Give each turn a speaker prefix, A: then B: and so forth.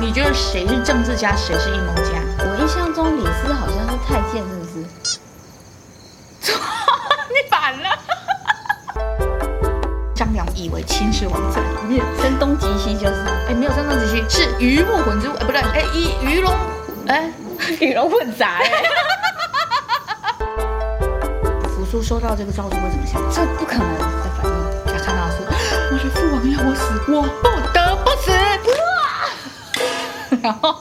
A: 你觉得谁是政治家，谁是艺谋家？
B: 我印象中李斯好像是太监，是不是？
A: 错，你反了。 张良以为秦始皇在，
B: 你声东击西就是
A: 哎，没有山东地区，是鱼目混珠，哎，不对，哎，一鱼龙， 哎，
B: 鱼龙混 杂哎、
A: 扶苏收到这个诏书会怎么想？
B: 这不可能的反应。
A: 他看到的是，我是父王要我死，我不得不死。哇！然后